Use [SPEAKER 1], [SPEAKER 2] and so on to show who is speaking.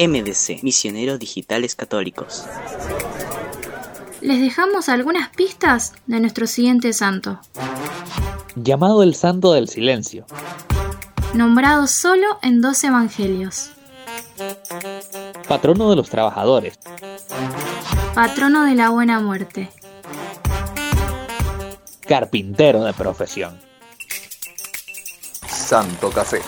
[SPEAKER 1] MDC, Misioneros Digitales Católicos.
[SPEAKER 2] Les dejamos algunas pistas de nuestro siguiente santo,
[SPEAKER 3] llamado el Santo del Silencio,
[SPEAKER 2] nombrado solo en dos evangelios,
[SPEAKER 3] patrono de los trabajadores,
[SPEAKER 2] patrono de la buena muerte,
[SPEAKER 3] carpintero de profesión.
[SPEAKER 4] Santo Café.